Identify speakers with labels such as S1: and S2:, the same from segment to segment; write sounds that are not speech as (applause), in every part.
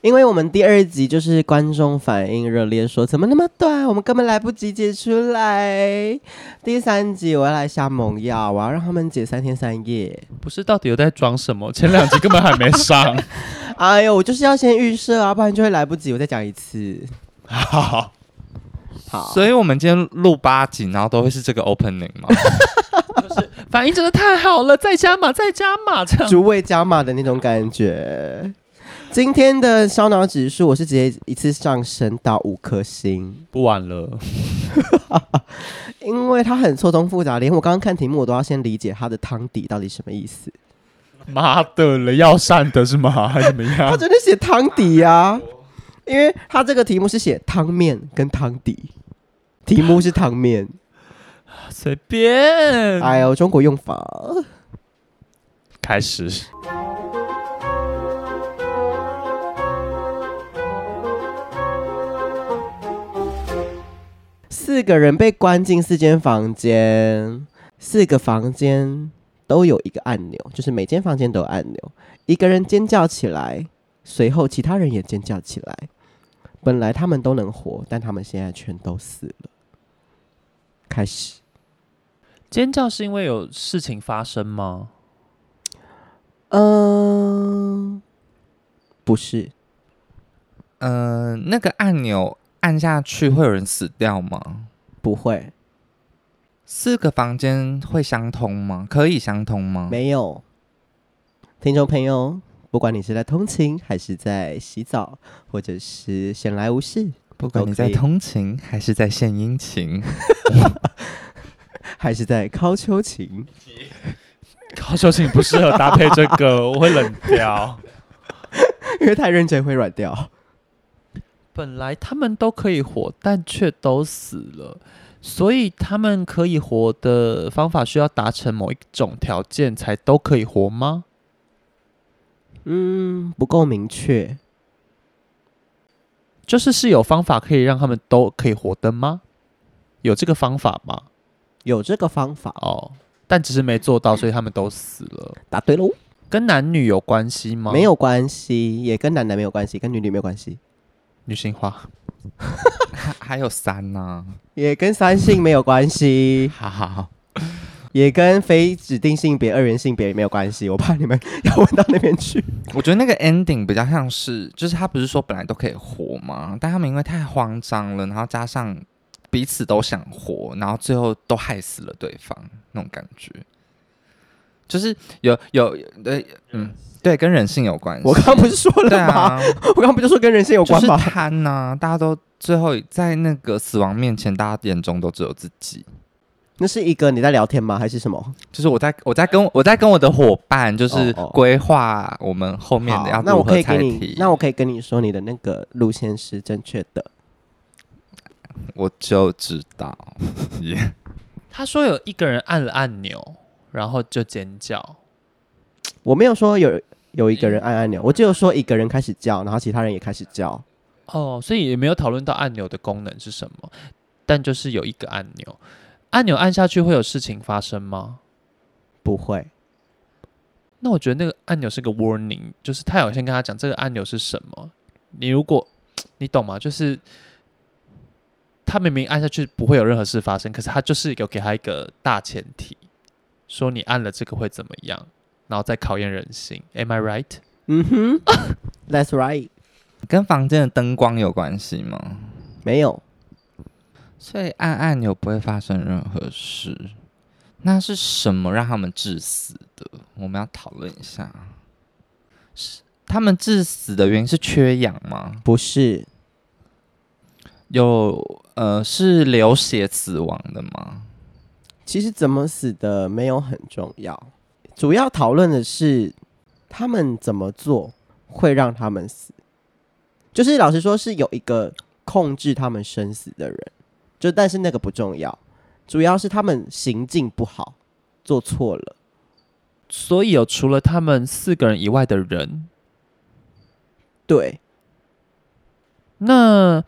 S1: 因为我们第二集就是观众反应热烈说怎么那么短，我们根本来不及解出来。第三集我要来下猛药，我要让他们解三天三夜。
S2: 不是到底有在装什么？ (laughs) 前两集根本还没上。
S1: 哎呦，我就是要先预设啊，不然就会来不及。我再讲一次，
S2: (laughs) 好，
S1: 好，
S2: 所以我们今天录八集，然后都会是这个 opening 吗？ (laughs) 就是反应真的太好了，再加码，再加码，这样
S1: 诸位加码的那种感觉。今天的烧脑指数，我是直接一次上升到五颗星，
S2: 不晚了。
S1: 因为它很错综复杂，连我刚刚看题目，我都要先理解它的汤底到底什么意思。
S2: 妈的了，要善的是 (laughs) 吗？还怎么样
S1: 他？真的写汤底呀、因为他这个题目是写汤面跟汤底，题目是汤面。
S2: 随便，
S1: 哎呦，中国用法。
S2: 开始。
S1: 四个人被关进四间房间，四个房间都有一个按钮，就是每间房间都有按钮。一个人尖叫起来，随后其他人也尖叫起来。本来他们都能活，但他们现在全都死了。开始，
S2: 尖叫是因为有事情发生吗？
S1: 嗯、不是，
S3: 呃，那个按钮按下去会有人死掉吗？
S1: 不会，
S3: 四个房间会相通吗？可以相通吗？
S1: 没有，听众朋友，不管你是在通勤，还是在洗澡，或者是闲来无事，
S3: 不管你在
S1: OK
S3: 通勤还是在献殷勤，
S1: 还是在敲秋情，
S2: 高秀琴不适合搭配这个，我会冷掉。
S1: (laughs) 因为太认真会软掉。
S2: 本来他们都可以活，但却都死了，所以他们可以活的方法需要达成某一种条件才都可以活吗？
S1: 嗯，不够明确。
S2: 就是是有方法可以让他们都可以活的吗？有这个方法吗？
S1: 有这个方法，
S2: 哦，但只是没做到，所以他们都死了。
S1: 答对喽，
S2: 跟男女有关系
S3: 嗯
S2: 吗？
S1: 没，有关系，也跟男男没有关系，跟女女没有关系，
S2: 女性化。
S3: 还 (laughs) 还有三啊呢、
S1: 也跟三性没有关
S3: (laughs)
S1: 系，
S3: 好好好，
S1: 也跟非指定性别、二元性别没有关系。我怕你们要问到那边去。
S3: 我觉得那个 ending 比较像是，就是他不是说本来都可以活吗？但他们因为太慌张了，然后加上彼此都想活，然后最后都害死了对方那种感觉，就是有有呃嗯对，跟人性有关系。
S1: 我刚刚不是说了
S3: 对
S1: 吗？
S3: 啊，
S1: 我刚刚不就说跟人性有
S3: 就
S1: 关
S3: 是
S1: 吗？
S3: 贪呐、大家都最后在那个死亡面前，大家眼中都只有自己。
S1: 那是一个你在聊天吗？还是什么？
S3: 就是我在我在跟我在跟我的伙伴，就是
S1: 哦哦
S3: 规划我们后面
S1: 好
S3: 的要
S1: 那我
S3: 如
S1: 可
S3: 何
S1: 以
S3: 猜
S1: 给
S3: 题
S1: 你，。那我可以跟你说，你的那个路线是正确的。
S3: 我就知道，
S2: 他说有一个人按了按钮，然后就尖叫。
S1: 我没有说有有一个
S3: 嗯
S1: 人按按钮，我只有说一个人开始叫，然后其他人也开始叫。
S2: 哦，所以也没有讨论到按钮的功能是什么，但就是有一个按钮，按钮按下去会有事情发生吗？
S1: 不会，
S2: 那我觉得那个按钮是个 warning，就是他有先跟他讲这个按钮是什么。你如果你懂吗？就是他明明按下去不会有任何事发生，可是他就是有给他一个大前提，说你按了这个会怎么样，然后再考验人性。Am I right？
S1: 嗯哼
S3: (laughs)
S1: ，That's right，
S3: 跟房间的灯光有关系吗？
S1: 没有，
S3: 所以按按钮不会发生任何事。那是什么让他们致死的？我们要讨论一下。是他们致死的原因是缺氧吗？
S1: 不是，
S3: 有呃是流血死亡的吗？
S1: 其实怎么死的没有很重要，主要讨论的是他们怎么做会让他们死。就是老实说，是有一个控制他们生死的人，就但是那个不重要，主要是他们行径不好，做错了，
S2: 所以有除了他们四个人以外的人，
S1: 对，
S2: 那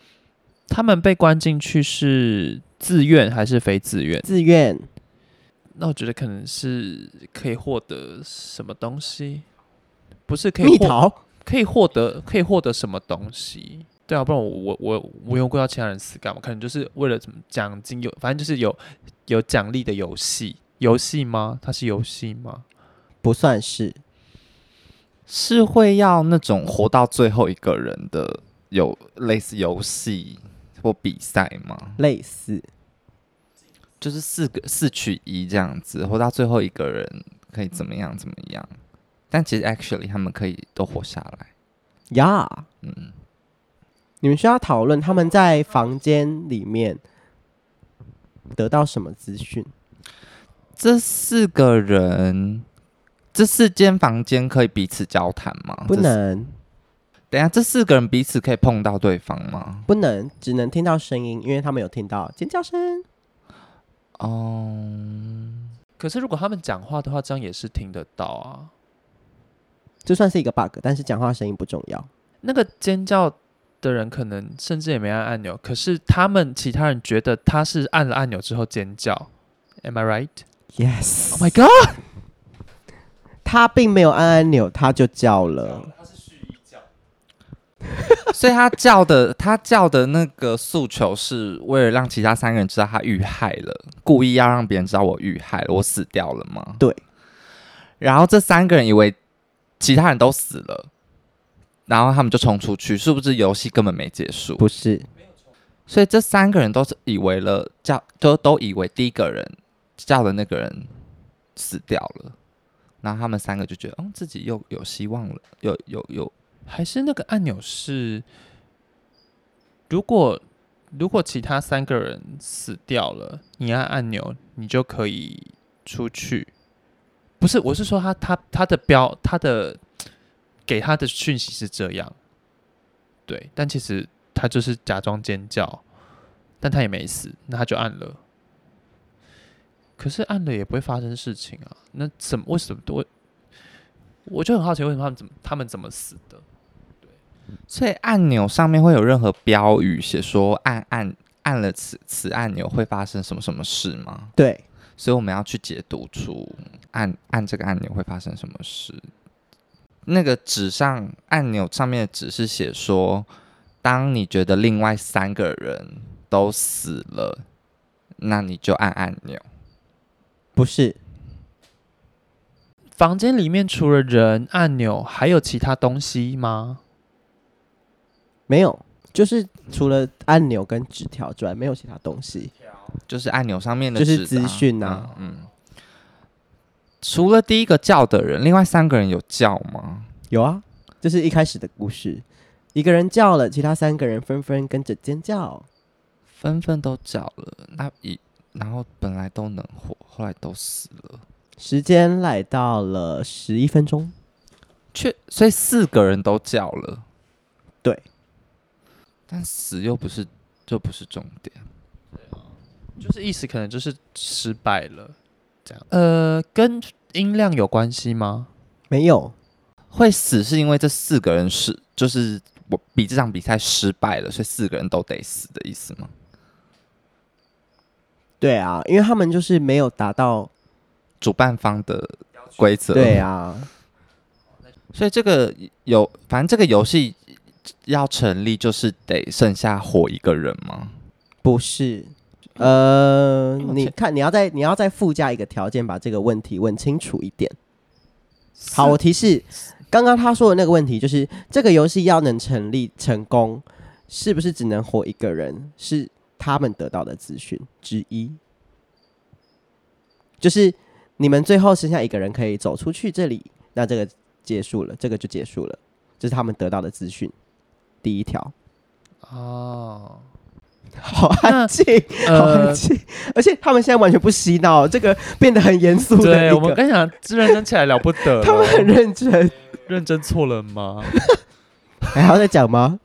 S2: 他们被关进去是自愿还是非自愿？
S1: 自愿
S2: 那我觉得可能是可以获得什么东西，不是可以
S1: 密
S2: 获
S1: 逃，
S2: 可以获得可以获得什么东西？对啊，不然我我我无缘无故要其他人死干嘛？可能就是为了怎么奖金有，反正就是有有奖励的游戏，游戏吗？它是游戏吗？
S1: 不算是，
S3: 是会要那种活到最后一个人的有类似游戏或比赛吗？
S1: 类似
S3: 就是四个四取一这样子，活到最后一个人可以怎么样怎么样？但其实 actually 他们可以都活下来，
S1: 呀。
S3: 嗯，
S1: 你们需要讨论他们在房间里面得到什么资讯？
S3: 这四个人。这四间房间可以彼此交谈吗？
S1: 不
S3: 这四。
S1: 能，
S3: 等一下，这四个人彼此可以碰到对方吗？
S1: 不能，只能听到声音，因为他们有听到尖叫声。
S3: 哦、
S2: 可是如果他们讲话的话，这样也是听得到啊。
S1: 这算是一个 bug，但是讲话声音不重要。
S2: 那个尖叫的人可能甚至也没按按钮，可是他们其他人觉得他是按了按钮之后尖叫，Am I right?
S1: Yes，
S2: Oh my god！
S1: 他并没有按按钮，他就叫了。
S3: 所以他叫的，他叫的那个诉求是为了让其他三个人知道他遇害了，故意要让别人知道我遇害了，我死掉了吗？
S1: 对。
S3: 然后这三个人以为其他人都死了，然后他们就冲出去，是不是游戏根本没结束？
S1: 不是，
S3: 所以这三个人都是以为了叫，都都以为第一个人叫的那个人死掉了，然后他们三个就觉得，哦，自己又有希望了，有有有，
S2: 还是那个按钮是，如果如果其他三个人死掉了，你按按钮，你就可以出去。不是，我是说他他他的标他的给他的讯息是这样，对，但其实他就是假装尖叫，但他也没死，那他就按了。可是按了也不会发生事情啊，那怎么为什么都会？我就很好奇，为什么他们怎么他们怎么死的？
S3: 所以按钮上面会有任何标语写说按按按了此此按钮会发生什么什么事吗？
S1: 对，
S3: 所以我们要去解读出按按这个按钮会发生什么事。那个纸上按钮上面的纸是写说，当你觉得另外三个人都死了，那你就按按钮。
S1: 不是，
S2: 房间里面除了人、按钮，还有其他东西吗？
S1: 没有，就是除了按钮跟纸条之外，没有其他东西。
S3: 就是按钮上面的
S1: 就是
S3: 纸的啊
S1: 资讯啊
S3: 嗯。嗯除了第一个叫的人，另外三个人有叫吗？
S1: 有啊，这是一开始的故事。一个人叫了，其他三个人纷纷跟着尖叫。
S3: 纷纷都叫了，那一然后本来都能活，后来都死了。
S1: 时间来到了十一分钟，
S3: 却所以四个人都叫了，
S1: 对，
S3: 但死又不是就不是重点。
S2: 就是意思可能就是失败了，这样。呃，跟音量有关系吗？
S1: 没有，
S3: 会死是因为这四个人是就是我比这场比赛失败了，所以四个人都得死的意思吗？
S1: 对啊，因为他们就是没有达到，
S3: 主办方的规则
S1: 对，啊，
S3: 所以这个游反正这个游戏要成立就是得剩下活一个人吗？
S1: 不是，呃，
S3: 嗯因为我
S1: 你
S3: 前
S1: 看，你要再你要再附加一个条件，把这个问题问清楚一点。
S3: 是
S1: 好，我提示，刚刚他说的那个问题就是，这个游戏要能成立成功，是不是只能活一个人？是他们得到的资讯之一，就是你们最后剩下一个人可以走出去这里，那这个结束了，这个就结束了，这是他们得到的资讯。第一条，
S2: 哦，
S1: 好
S2: 那
S1: (laughs) 安静，好
S2: 呃
S1: 安，静， (laughs) 而且他们现在完全不洗脑，这个变得很严肃的
S2: 对
S1: 一
S2: 我们
S1: 个，
S2: 跟你讲，这认真起来了不得
S1: (laughs) 他们很
S2: 了，
S1: 认真，
S2: 认真错了吗？
S1: 还要再讲吗？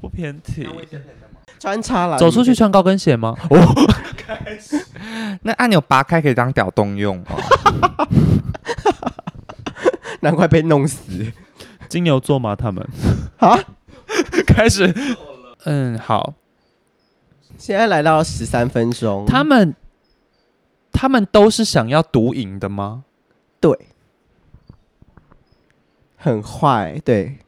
S2: 不偏题，
S1: 穿插了，
S2: 走出去穿高跟鞋吗？
S3: 那按钮拔开可以当屌动用吗？
S1: 难怪被弄死。
S2: 金牛座吗？他们
S1: 啊，
S2: (laughs) 开始，嗯，好，
S1: 现在来到十三分钟，
S2: 他们他们都是想要独赢的吗？
S1: 对很坏，对，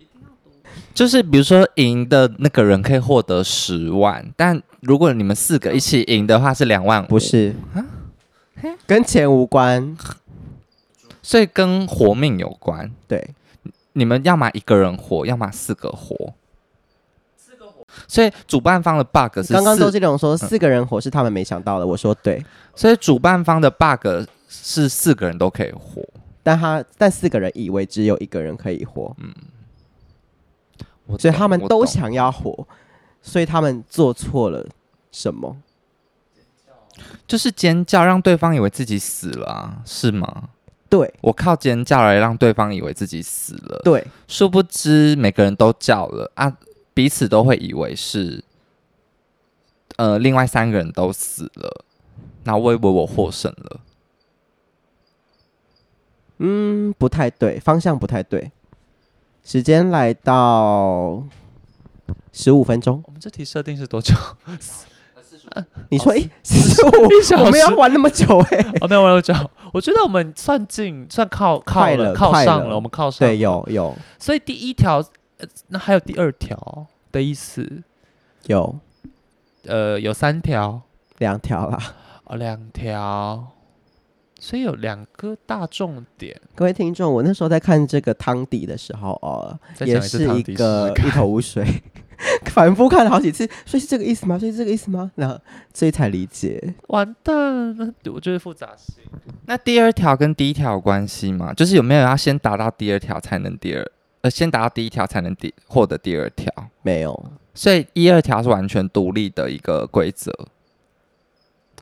S3: 就是比如说赢的那个人可以获得十万，但如果你们四个一起赢的话是两万五，
S1: 不？是
S3: 啊嘿
S1: 跟钱无关，
S3: 所以跟活命有关。
S1: 对，
S3: 你们要么一个人活，要么四个活。所以主办方的 bug 是
S1: 刚刚周
S3: 四，
S1: 杰伦说四个人活是他们没想到的，我说对，
S3: 所以主办方的 bug 是四个人都可以活。
S1: 但他但四个人以为只有一个人可以活，
S3: 我
S1: 所以
S3: 懂
S1: 他们
S3: 我
S1: 都
S3: 懂
S1: 想要活，所以他们做错了什么？
S3: 就是尖叫，让对方以为自己死了、啊，是吗？
S1: 对
S3: 我靠尖叫来让对方以为自己死了，
S1: 对，
S3: 殊不知每个人都叫了啊，彼此都会以为是，呃，另外三个人都死了，那我以为我获胜了，
S1: 嗯，不太对，方向不太对。时间来到十五分钟，
S2: 我们这题设定是多久？
S1: 你说诶，十五、(laughs)
S2: 小
S1: 我们要
S2: 时
S1: 玩那么久
S2: (laughs)
S1: 哎、
S2: 哦，没有没有讲，我觉得我们算近，算靠靠
S1: 快
S2: 了，
S1: 了
S2: 靠
S1: 快
S2: 上
S1: 了
S2: 了，我们靠上了。
S1: 对，有有
S2: 所以第一条，呃那还有第二条的意思，
S1: 有
S2: 呃，有三条
S1: 两条啦，
S2: 哦，两条，所以有两个大重点。
S1: 各位听众，我那时候在看这个汤底的时候哦，
S2: 再
S1: 也
S2: 讲一次
S1: 是
S2: 汤
S1: 一
S2: 底试
S1: 个
S2: 试看
S1: 一头雾水， (laughs) 反复看了好几次，所以是这个意思吗？所以是这个意思吗？然后所以才理解。
S2: (laughs) 完蛋了，我觉得复杂性。
S3: 那第二条跟第一条有关系吗？就是有没有要先达到第二条才能第二，呃，先达到第一条才能第获得第二条，
S1: 没有，
S3: 所以一二条是完全独立的一个规则，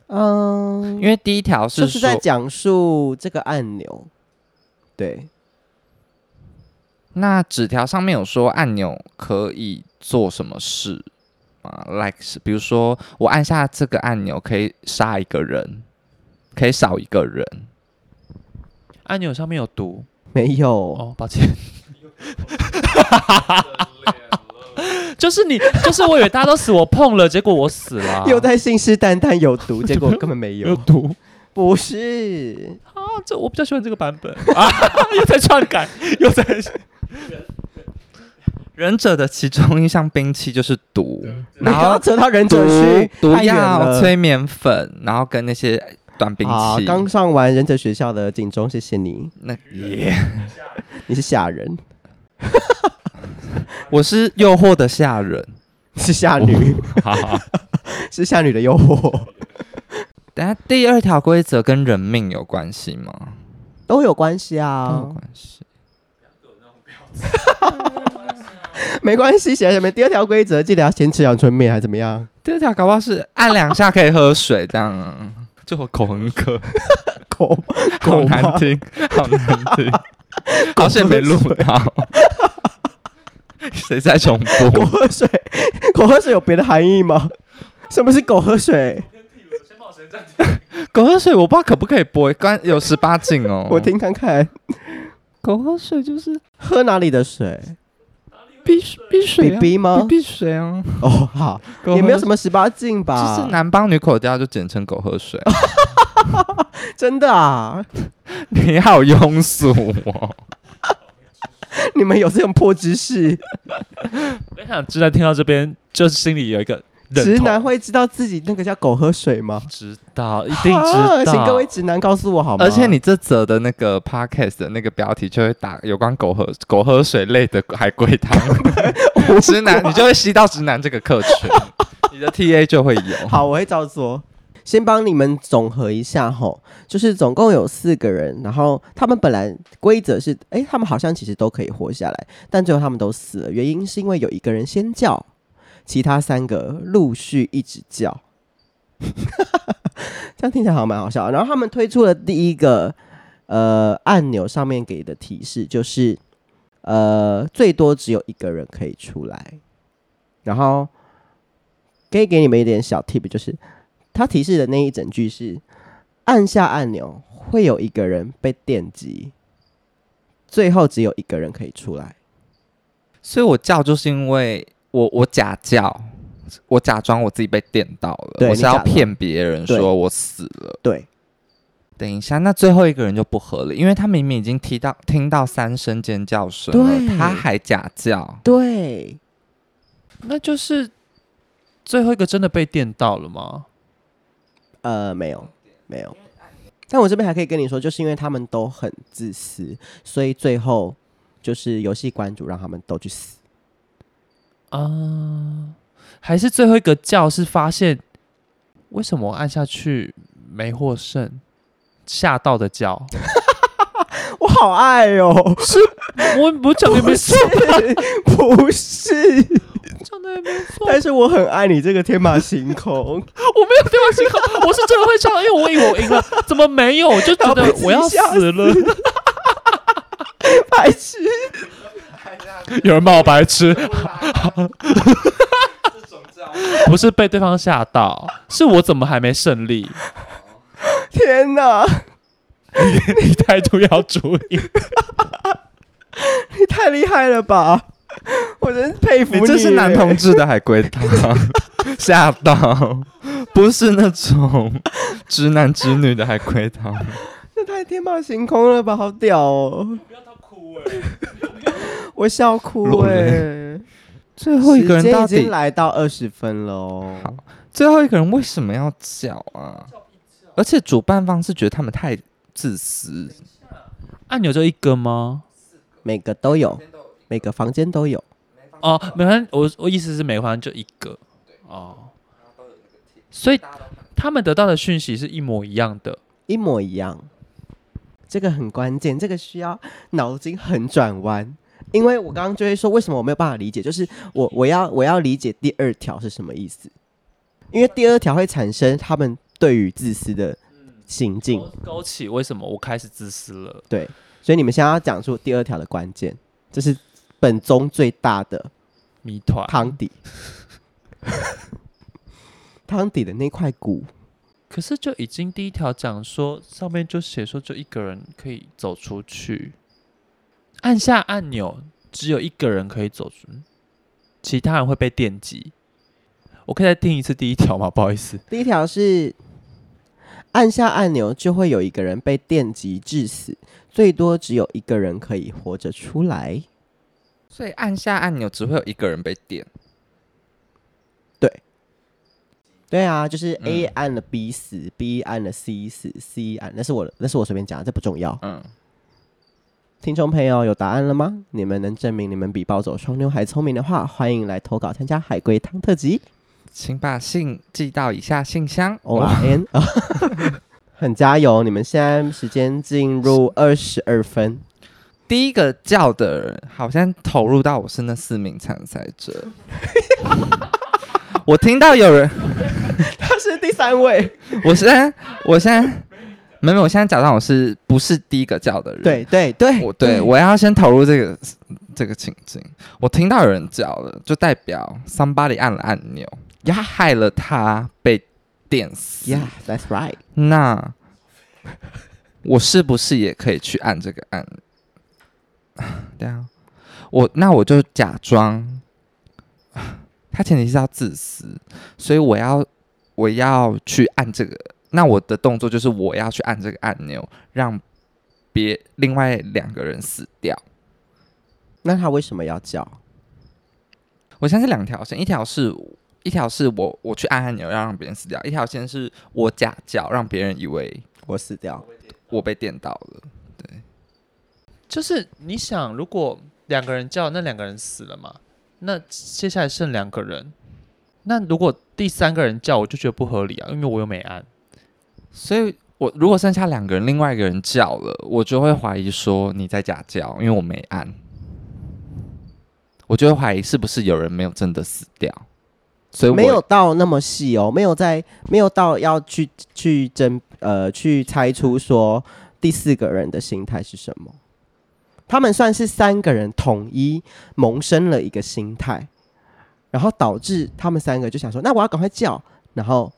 S1: 嗯，
S3: 因为第一条是
S1: 就
S3: 说
S1: 是在讲述这个按钮，对，
S3: 那纸条上面有说按钮可以做什么事啊？Like 是比如说我按下这个按钮可以杀一个人，可以少一个人。
S2: 按钮上面啊有毒
S1: 没有。
S2: 哦，抱歉。 (laughs) 就是你，就是我以为大家都死，我碰了，结果我死了、
S1: (laughs) 又在信誓旦旦有
S3: (laughs)
S1: 毒，结果根本没有。
S2: 毒
S1: 不是，
S2: 啊！这我比较喜欢这个版本啊， (laughs) 又在篡改，又在
S3: 忍者的其中一项兵器就是毒，
S1: 然
S3: 然
S1: 后
S3: 后
S1: 扯到忍
S3: 毒
S1: 者去，
S3: 毒
S1: 太远
S3: 药、
S1: 了
S3: 催眠粉，然后跟那些短兵
S1: 好
S3: 器。
S1: 刚上完忍者学校的警钟，谢谢你，
S3: 那耶，
S1: 你是吓
S3: (laughs)
S1: 人，
S3: 我是诱惑的下人。
S1: 是吓女，
S3: (laughs) 好好，
S1: (laughs) 是吓女的诱惑，
S3: 等下第二条规则跟人命有关系吗？
S1: 都有关系
S3: 没有
S1: 啊，
S3: 关系。
S1: 没关系，写在什么？第二条规则记得要先吃阳春面，还怎么
S3: (laughs)
S1: 样？
S3: 第二条搞不好是按两下可以喝水这样、啊，就我口很渴，
S1: 狗
S3: 好
S1: 狗吗
S3: 难听，好难听，好险没录到。谁在重
S1: 狗
S3: 播？
S1: 喝水， (laughs) 狗喝水有别的含义吗？什么是狗喝水？
S3: 狗喝水我不知道可不可以播，关有十八禁哦。
S1: 我听看看，
S3: 狗喝水就是
S1: 喝哪里的水
S3: 必须必水啊，
S1: ？BB 吗？
S3: 必水啊，
S1: 哦，好，
S3: 狗喝
S1: 也没有什么十啊八禁吧？
S3: 就是男帮女口交就简称狗喝水。 (laughs)
S1: 真的啊？ (laughs)
S3: 你好庸俗哦！
S1: 你们有这种破知识？
S2: 我跟你讲，直男听到这边，就是心里有一个认
S1: 直
S2: 同
S1: 男会知道自己那个叫狗喝水吗？
S2: 知道，一定
S1: 啊
S2: 知道。
S1: 请各位直男告诉我好吗？
S3: 而且你这则的那个 podcast 的那个标题就会打有关狗喝狗喝水类的海龟汤。 (laughs) 直男， (laughs) 你就会吸到直男这个客 (laughs) 群，你的 TA 就会有。
S1: 好，我会照做。哦先帮你们总和一下吼，就是总共有四个人，然后他们本来规则是，诶，他们好像其实都可以活下来，但最后他们都死了，原因是因为有一个人先叫，其他三个陆续一直叫， (laughs) 这样听起来好像蛮好笑的。然后他们推出了第一个呃按钮上面给的提示，就是呃最多只有一个人可以出来，然后可以给你们一点小 tip，就是他提示的那一整句是：按下按钮会有一个人被电击，最后只有一个人可以出来。
S3: 所以我叫就是因为我我假叫，我假装我自己被电到了，
S1: 对
S3: 我是要
S1: 你假装
S3: 骗别人
S1: 对
S3: 说我死了。
S1: 对，
S3: 等一下，那最后一个人就不合理，因为他明明已经听到听到三声尖叫声
S1: 对
S3: 了，他还假叫。
S1: 对，
S2: 那就是最后一个真的被电到了吗？
S1: 呃，没有，没有。但我这边还可以跟你说，就是因为他们都很自私，所以最后就是游戏关主让他们都去死。
S2: 啊，还是最后一个叫是发现为什么我按下去没获胜，吓到的叫， (laughs)
S1: 我好爱哦，
S2: 我我讲的也没错，
S1: 不 (laughs) 是，
S2: 讲的也没错，
S1: 但是我很爱你这个天马行空。 (laughs)
S2: 我没有对我信号，我是真的会唱，因为我以为我赢 (laughs) 了，怎么没有？我就觉得我要死了，
S1: 白痴，
S2: 有人骂我白痴，不是被对方吓到，是我怎么还没胜利？
S1: 天哪，
S2: 你态度要注意，
S1: (laughs) 你太厉害了吧！ (laughs) 我真是佩服
S3: 你这是男
S1: 耶
S3: 同志的海龟汤， (laughs) 吓到，不是那种直男直女的海龟汤。
S1: 这太天马行空了吧，好屌哦！ (laughs) 我笑哭
S3: 落
S1: 哎、
S3: 最后一个人到
S1: 时间已
S3: 底
S1: 经，来到二十分了哦。
S3: 好最后一个人为什么要叫啊？而且主办方是觉得他们太自私，
S2: 按钮就一个吗？
S1: 每个都有，每个房间都有。
S2: 哦，每环我我意思是每环就一个，哦，所以他们得到的讯息是一模一样的，
S1: 一模一样。这个很关键，这个需要脑筋很转弯。因为我刚刚就会说，为什么我没有办法理解？就是我我要我要理解第二条是什么意思，因为第二条会产生他们对于自私的行径。
S2: 勾勾起为什么我开始自私了？
S1: 对，所以你们现在要讲出第二条的关键，这是本宗最大的
S2: 谜团，
S1: 汤底，汤底的那块骨。
S2: 可是就已经第一条讲说，上面就写说就一个人可以走出去，按下按钮，只有一个人可以走出，其他人会被电击。我可以再定一次第一条吗？不好意思，
S1: 第一条是按下按钮就会有一个人被电击致死，最多只有一个人可以活着出来。
S3: 所以按下按钮只会有一个人被点。
S1: 对啊，就是 A
S3: 嗯
S1: 按了 B 死、b 按了 C 死，C 按那是我那是我随便讲的，这不重要。
S3: 嗯，
S1: 听众朋友有答案了吗？你们能证明你们比暴走双妞还聪明的话，欢迎来投稿参加海龟汤特辑。
S3: 请把信寄到以下信箱。
S1: O R N，很 (laughs) 加油！你们现在时间进入二十二分，
S3: 第一个叫的人好像投入到我是那四名参赛者。 (laughs) 我听到有人，
S1: (laughs) 他是第三位。
S3: 我现在，我现在，没有，我现在假装我是不是第一个叫的人？
S1: 对，嗯对对，
S3: 我对我要先投入这个这个情境。我听到有人叫了，就代表 somebody 按了按钮，也害了他被电死。
S1: ，Yeah，that's right。
S3: 那我是不是也可以去按这个按？ (sighs) 对啊，我那我就假装，他前提是要自私，所以我要我要去按这个。那我的动作就是我要去按这个按钮，让别另外两个人死掉。
S1: 那他为什么要叫？
S3: 我现在是两条线，一条是一条是我我去按按钮要让别人死掉，一条线是我假叫让别人以为
S1: 我死掉，
S3: 我被电到了。
S2: 就是你想，如果两个人叫，那两个人死了嘛，那接下来剩两个人，那如果第三个人叫，我就觉得不合理啊，因为我又没按。
S3: 所以我如果剩下两个人，另外一个人叫了，我就会怀疑说你在假叫，因为我没按，我就会怀疑是不是有人没有真的死掉，所以我
S1: 没有到那么细哦，没有在，没有到要去去争呃去猜出说第四个人的心态是什么。他们算是三个人统一萌生了一个心态，然后导致他们三个就想说，那我要赶快叫，然后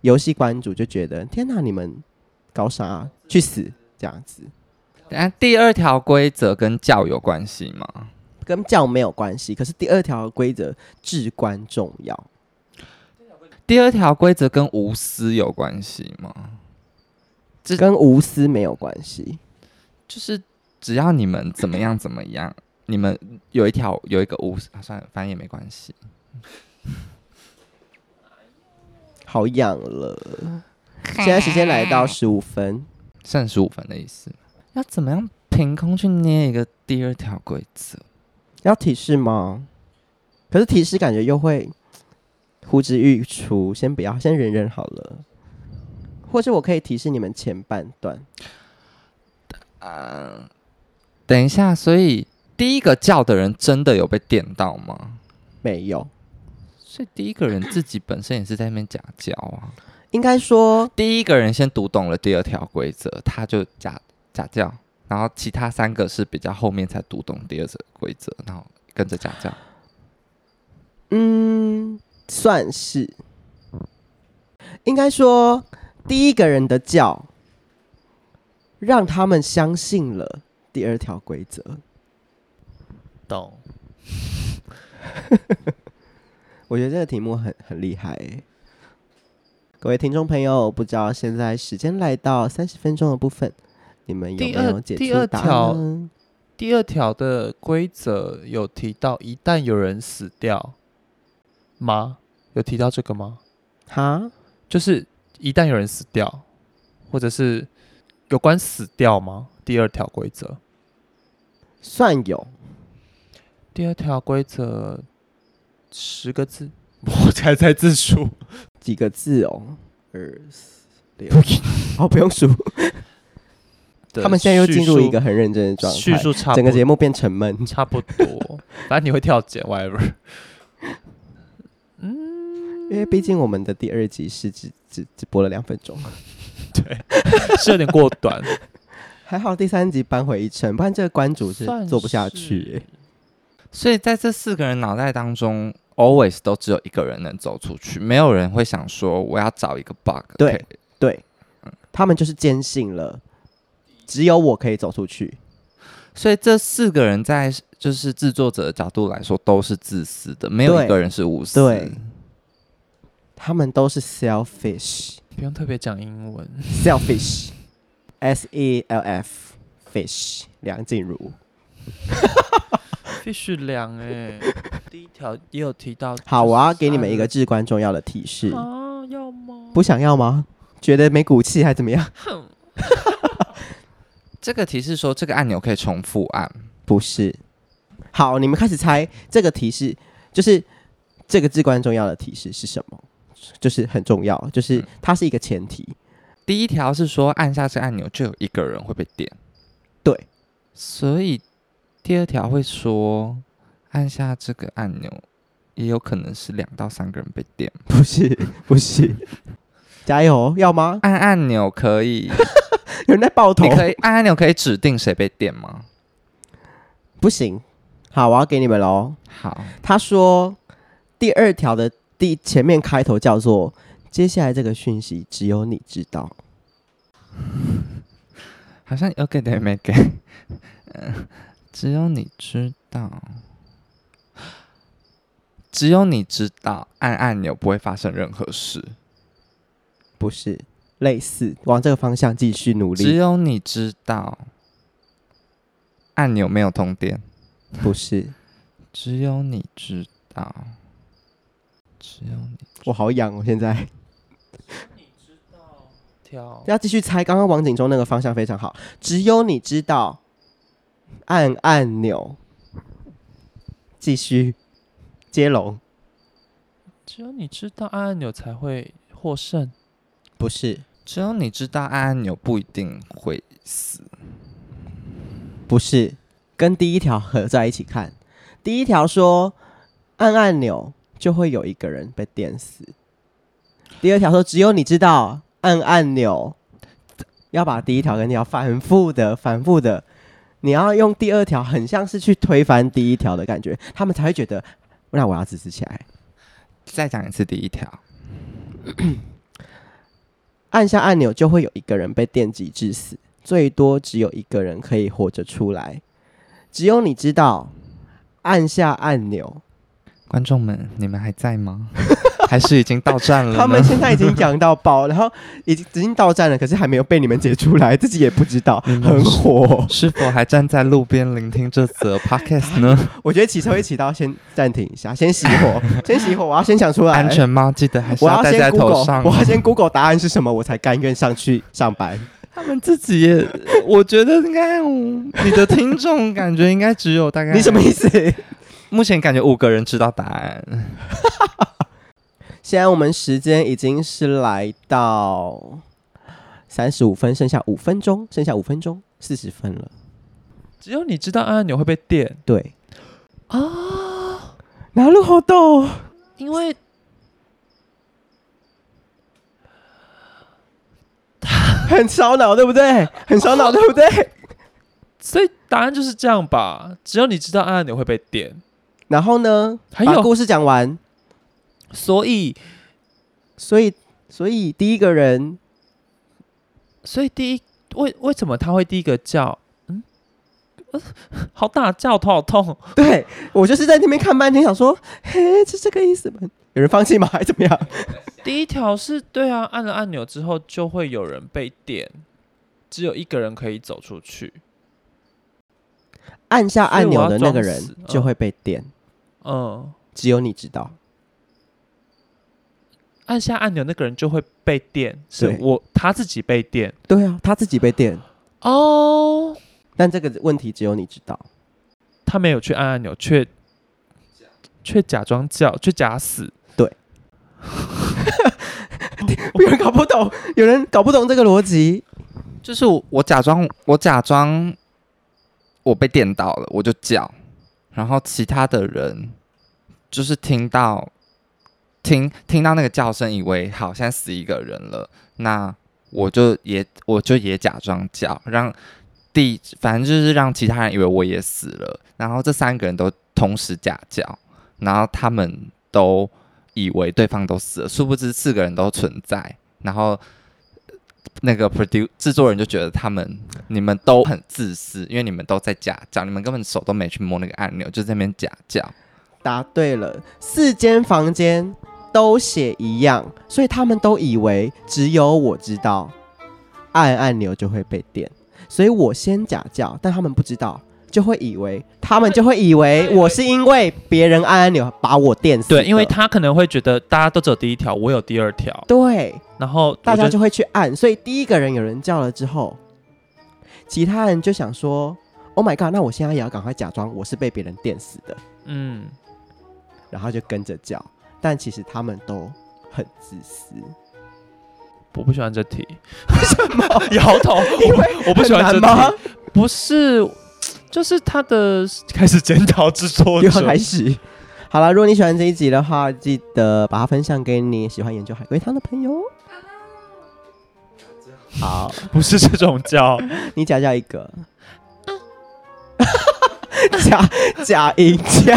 S1: 游戏关主就觉得天哪，你们搞啥、去死这样子，
S3: 等下啊第二条规则跟叫有关系吗？
S1: 跟叫没有关系。可是第二条规则至关重要。
S3: 第二条规则跟无私有关系吗？这
S1: 跟无私没有关系。
S3: 就是只要你们怎么样怎么样，你们有一条有一个无啊，算了，反正也没关系。
S1: 好痒了，现在时间来到十五分，
S3: 剩十五分的意思，要怎么样凭空去捏一个第二条规则？
S1: 要提示吗？可是提示感觉又会呼之欲出，先不要，先忍忍好了。或是我可以提示你们前半段，
S3: 啊等一下，所以第一个叫的人真的有被电到吗？
S1: 没有，
S3: 所以第一个人自己本身也是在那边假叫啊。
S1: 应该说
S3: 第一个人先读懂了第二条规则，他就假假叫，然后其他三个是比较后面才读懂第二则规则，然后跟着假叫。
S1: 嗯，算是。应该说，第一个人的叫，让他们相信了第二条规则。
S2: 懂？
S1: (laughs) 我觉得这个题目很很厉害欸。各位听众朋友，不知道现在时间来到三十分钟的部分，你们有
S2: 第
S1: 没
S2: 二
S1: 有解
S2: 第
S1: 出
S2: 二
S1: 答
S2: 条
S1: 案呢？
S2: 第二条的规则有提到，一旦有人死掉吗？有提到这个吗？
S1: 哈，
S2: 就是一旦有人死掉，或者是有关死掉吗？第二条规则，
S1: 算有，
S2: 第二条规则十个字， (laughs) 我才在字数。
S1: 几个字哦，二四六，哦，不用数。他们现在又进入一个很认真的状
S2: 呃叙
S1: 态，
S2: 述差不
S1: 整个节目变沉闷。
S2: 差不多，反正你会跳剪 whatever。
S1: 因为毕竟我们的第二集是只只只播了两分钟，
S2: 是有点过 (laughs) 短，
S1: 还好第三集扳回一城，不然这个关主是
S2: 算
S1: 做不下去欸
S2: 是。
S3: 所以在这四个人脑袋当中，always 都只有一个人能走出去，没有人会想说我要找一个 bug
S1: 对
S3: 可以
S1: 对，他们就是坚信了，只有我可以走出去。
S3: 所以这四个人在就是制作者的角度来说都是自私的，没有
S1: 对
S3: 一个人是无私。
S1: 对，他们都是 selfish，selfish，S
S2: 不用特别讲英文。
S1: E L F fish 梁静茹。
S2: 必须量哎、 (laughs) 第一条也有提到。
S1: 好，我要给你们一个至关重要的提示，
S2: 啊，要吗？
S1: 不想要吗？觉得没骨气还怎么样？
S3: 这个提示说这个按钮可以重复按，
S1: 不是。好，你们开始猜这个提示，就是这个至关重要的提示是什么？就是很重要，就是
S3: 嗯
S1: 它是一个前提。
S3: 第一条是说按下这按钮就有一个人会被点，
S1: 对，
S3: 所以第二条会说按下这个按钮也有可能是两到三个人被点，
S1: 不是，不是。 (laughs) 加油，哦要吗？
S3: 按按钮可以，
S1: 有人在爆头
S3: 你，可以按按钮可以指定谁被点吗？
S1: 不行。好，我要给你们喽。
S3: 好，
S1: 他说第二条的第前面开头叫做“接下来这个讯息只有你知道
S3: 好像有给点没给， (laughs) 嗯只有你知道，只有你知道，按按钮不会发生任何事，”，
S1: 不是类似往这个方向继续努
S3: 只
S1: 力，
S3: 有你知道，按钮没有通电，
S1: 不是。
S3: 只有你知道，只有你
S1: 我好痒哦，现在
S2: 跳
S1: 要继续猜。刚刚王景忠那个方向非常好，只有你知道，按按钮，继续接龙，
S2: 只有你知道按按钮才会获胜。
S1: 不是，
S3: 只有你知道，按按钮不一定会死，
S1: 不是，跟第一条合在一起看。第一条说按按钮就会有一个人被电死。第二条说只有你知道按按钮，要把第一条跟第二条反复的、反复的，你要用第二条很像是去推翻第一条的感觉，他们才会觉得那我要支持起来。
S3: 再讲一次第一条，
S1: 按下按钮就会有一个人被电击致死，最多只有一个人可以活着出来。只有你知道按下按钮 (laughs)
S3: 观众们，你们还在吗？还是已经到站了呢？
S1: 他们现在已经讲到
S3: (laughs)
S1: 爆，然后已经已经到站了，可是还没有被你们解出来，自己也不知道，
S3: 嗯
S1: 很
S3: (laughs)
S1: 火。
S3: 是否还站在路边聆听这则
S1: (laughs)
S3: podcast 呢？
S1: 我觉得骑车会骑到先暂停一下，先熄火，先熄火，我要先想出来
S3: 安。全帽记得还是
S1: 我要
S3: 戴
S1: 先
S3: 在头
S1: Google，
S3: 上。
S1: 我要先 Google 答案是什么，我才甘愿上去上
S3: (laughs)
S1: 班。
S3: 他们自己也，我觉得应该嗯你的听众感觉应该只有大
S1: (laughs)
S3: 概
S1: 你什么意
S3: (laughs)
S1: 思？
S3: 目前感觉五个人知道答案，
S1: 现在我们时间已经是来到三十五分，剩下五分钟，剩下五分钟，四十分了。
S2: 只有你知道按钮会被电，
S1: 对啊，哪路好逗哦？
S2: 因为
S1: 很烧脑，对不对？很烧脑，对不对？
S2: 所以答案就是这样吧。只有你知道按钮会被电，
S1: 然后呢？
S2: 还
S1: 把
S2: 有
S1: 故事讲完，
S2: 所以
S1: 所以所以第一个人
S2: 所以第一为为什么他会第一个叫？嗯， (laughs) 呃好大叫，头好痛。
S1: 对我就是在那边看半天，想说，嘿，是这个意思吗？有人放弃吗？还是怎么样？
S2: 第一条是对啊，按了按钮之后就会有人被电，只有一个人可以走出去。
S1: 按下按钮的那个
S2: 所以我要
S1: 人
S2: 装死
S1: 就会被电，
S2: 嗯，
S1: 只有你知道。
S2: 按下按钮那个人就会被电，是
S1: 对
S2: 我他自己被电
S1: (laughs) 对啊，他自己被电，
S2: 哦。
S1: 但这个问题只有你知道。
S2: 他没有去按按钮，却却假装叫，却假死。
S1: 有人搞 (laughs) 不懂，有人搞不懂这个逻辑。
S3: 就是我我假装我假装我被电到了，我就叫，然后其他的人就是听到听听到那个叫声，以为好现在死一个人了，那我就也我就也假装叫，让第反正就是让其他人以为我也死了，然后这三个人都同时假叫，然后他们都以为对方都死了，殊不知四个人都存在，然后那个 produ 制作人就觉得他们你们都很自私，因为你们都在假叫，你们根本手都没去摸那个按钮，就在那边假叫。
S1: 答对了，四间房间都写一样，所以他们都以为只有我知道，按按钮就会被电，所以我先假叫，但他们不知道，就会以为他们就会以为我是因为别人按按钮把我电死的，
S2: 对，因为他可能会觉得大家都只有第一条，我有第二条，
S1: 对
S2: 然后
S1: 大
S2: 我
S1: 家
S2: 觉
S1: 就会去按，所以第一个人有人叫了之后，其他人就想说，Oh my god，那我现在也要赶快假装我是被别人电死的。
S2: 得嗯，
S1: 然后就跟着叫，但其实他们都很自私，
S2: 我不喜欢这题， (laughs) 为什么摇头？我我不喜欢这
S1: 很难
S2: 题
S1: 吗，？
S2: 不是，就是他的开始检讨制作
S1: 又
S2: 者，
S1: 要开始。 (laughs) 好了，如果你喜欢这一集的话，记得把它分享给你喜欢研究海龟汤的朋友哦。好，
S2: 不是这种叫，
S1: 你假 (laughs) 叫一个，假假音叫。